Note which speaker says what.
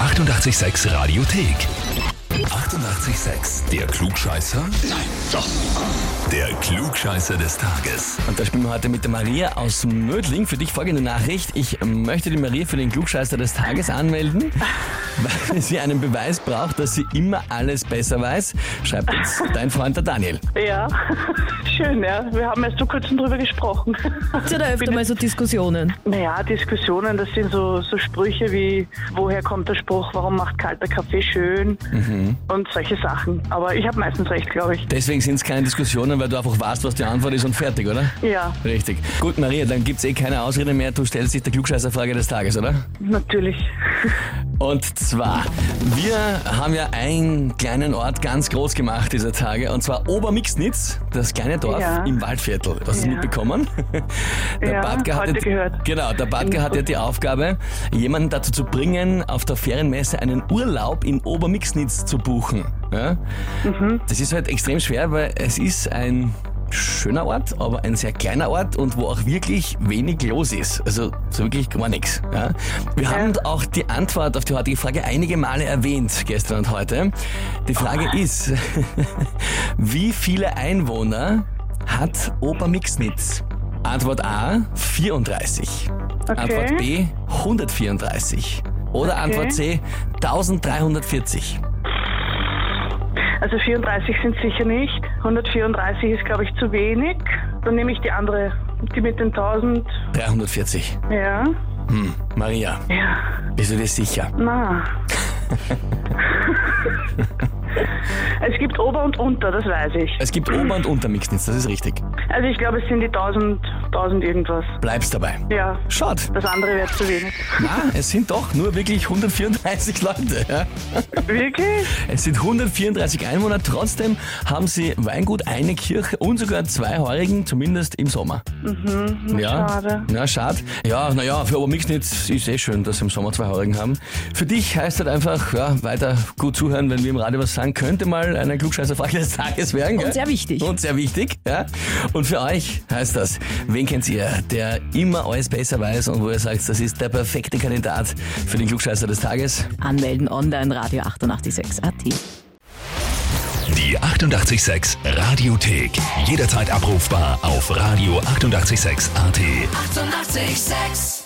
Speaker 1: 886 Radiothek. 88,6. Der Klugscheißer? Nein, doch. Der Klugscheißer des Tages.
Speaker 2: Und da spielen wir heute mit der Maria aus Mödling. Für dich folgende Nachricht. Ich möchte die Maria für den Klugscheißer des Tages anmelden, weil sie einen Beweis braucht, dass sie immer alles besser weiß. Schreibt uns dein Freund der Daniel.
Speaker 3: Ja, schön, ja. Wir haben erst vor kurzem drüber gesprochen.
Speaker 4: Gibt's ja da öfter mal so Diskussionen.
Speaker 3: Naja, Diskussionen, das sind so, so Sprüche wie, woher kommt der Spruch, warum macht kalter Kaffee schön und solche Sachen. Aber ich habe meistens recht, glaube ich.
Speaker 2: Deswegen sind es keine Diskussionen, weil du einfach weißt, was die Antwort ist und fertig, oder?
Speaker 3: Ja,
Speaker 2: Richtig. Gut, Maria, dann gibt's eh keine Ausrede mehr. Du stellst dich der Klugscheißerfrage des Tages, oder?
Speaker 3: natürlich.
Speaker 2: Und zwar, wir haben ja einen kleinen Ort ganz groß gemacht dieser Tage, und zwar Obermixnitz, das kleine Dorf
Speaker 3: Ja.
Speaker 2: im Waldviertel. Hast du
Speaker 3: Ja.
Speaker 2: mitbekommen? Der
Speaker 3: Ja,
Speaker 2: Bartke
Speaker 3: heute gehört.
Speaker 2: Genau, der Bartke hat ja die Aufgabe, jemanden dazu zu bringen, auf der Ferienmesse einen Urlaub in Obermixnitz zu buchen. Ja? Das ist halt extrem schwer, weil es ist ein schöner Ort, aber ein sehr kleiner Ort und wo auch wirklich wenig los ist. Also so wirklich gar nichts. Ja? Wir haben auch die Antwort auf die heutige Frage einige Male erwähnt, gestern und heute. Die Frage ist, wie viele Einwohner hat Obermixnitz? Antwort A 34.
Speaker 3: Okay.
Speaker 2: Antwort B 134. Oder Antwort C 1340.
Speaker 3: Also 34 sind sicher nicht. 134 ist, glaube ich, zu wenig. Dann nehme ich die andere, die mit den 1000.
Speaker 2: 340.
Speaker 3: Ja,
Speaker 2: Maria,
Speaker 3: ja.
Speaker 2: bist du dir sicher?
Speaker 3: Na. es gibt Ober und Unter, das weiß ich.
Speaker 2: Es gibt Ober- und Untermixnitz, das ist richtig.
Speaker 3: Also ich glaube, es sind die 1000, 1000 irgendwas.
Speaker 2: Bleibst dabei.
Speaker 3: Ja,
Speaker 2: Schaut,
Speaker 3: das andere wäre zu wenig.
Speaker 2: na, es sind doch nur wirklich 134 Leute. Ja?
Speaker 3: Wirklich?
Speaker 2: Es sind 134 Einwohner, trotzdem haben sie Weingut, eine Kirche und sogar zwei Heurigen, zumindest im Sommer. Mhm, ja,
Speaker 3: schade.
Speaker 2: Na, schade. Ja, naja, für Obermixnitz ist eh schön, dass sie im Sommer zwei Heurigen haben. Für dich heißt halt einfach, ja, weiter gut zuhören, wenn wir im Radio was sagen. Könnte mal eine Klugscheißerfrage des Tages werden. Gell?
Speaker 4: Und sehr wichtig.
Speaker 2: Und sehr wichtig, ja. Und für euch heißt das, wen kennt ihr, der immer alles besser weiß und wo ihr sagt, das ist der perfekte Kandidat für den Klugscheißer des Tages?
Speaker 4: Anmelden online Radio 886 AT.
Speaker 1: Die 88,6 Radiothek. Jederzeit abrufbar auf radio886.at. 88,6.
Speaker 5: Eighty-eight, sex.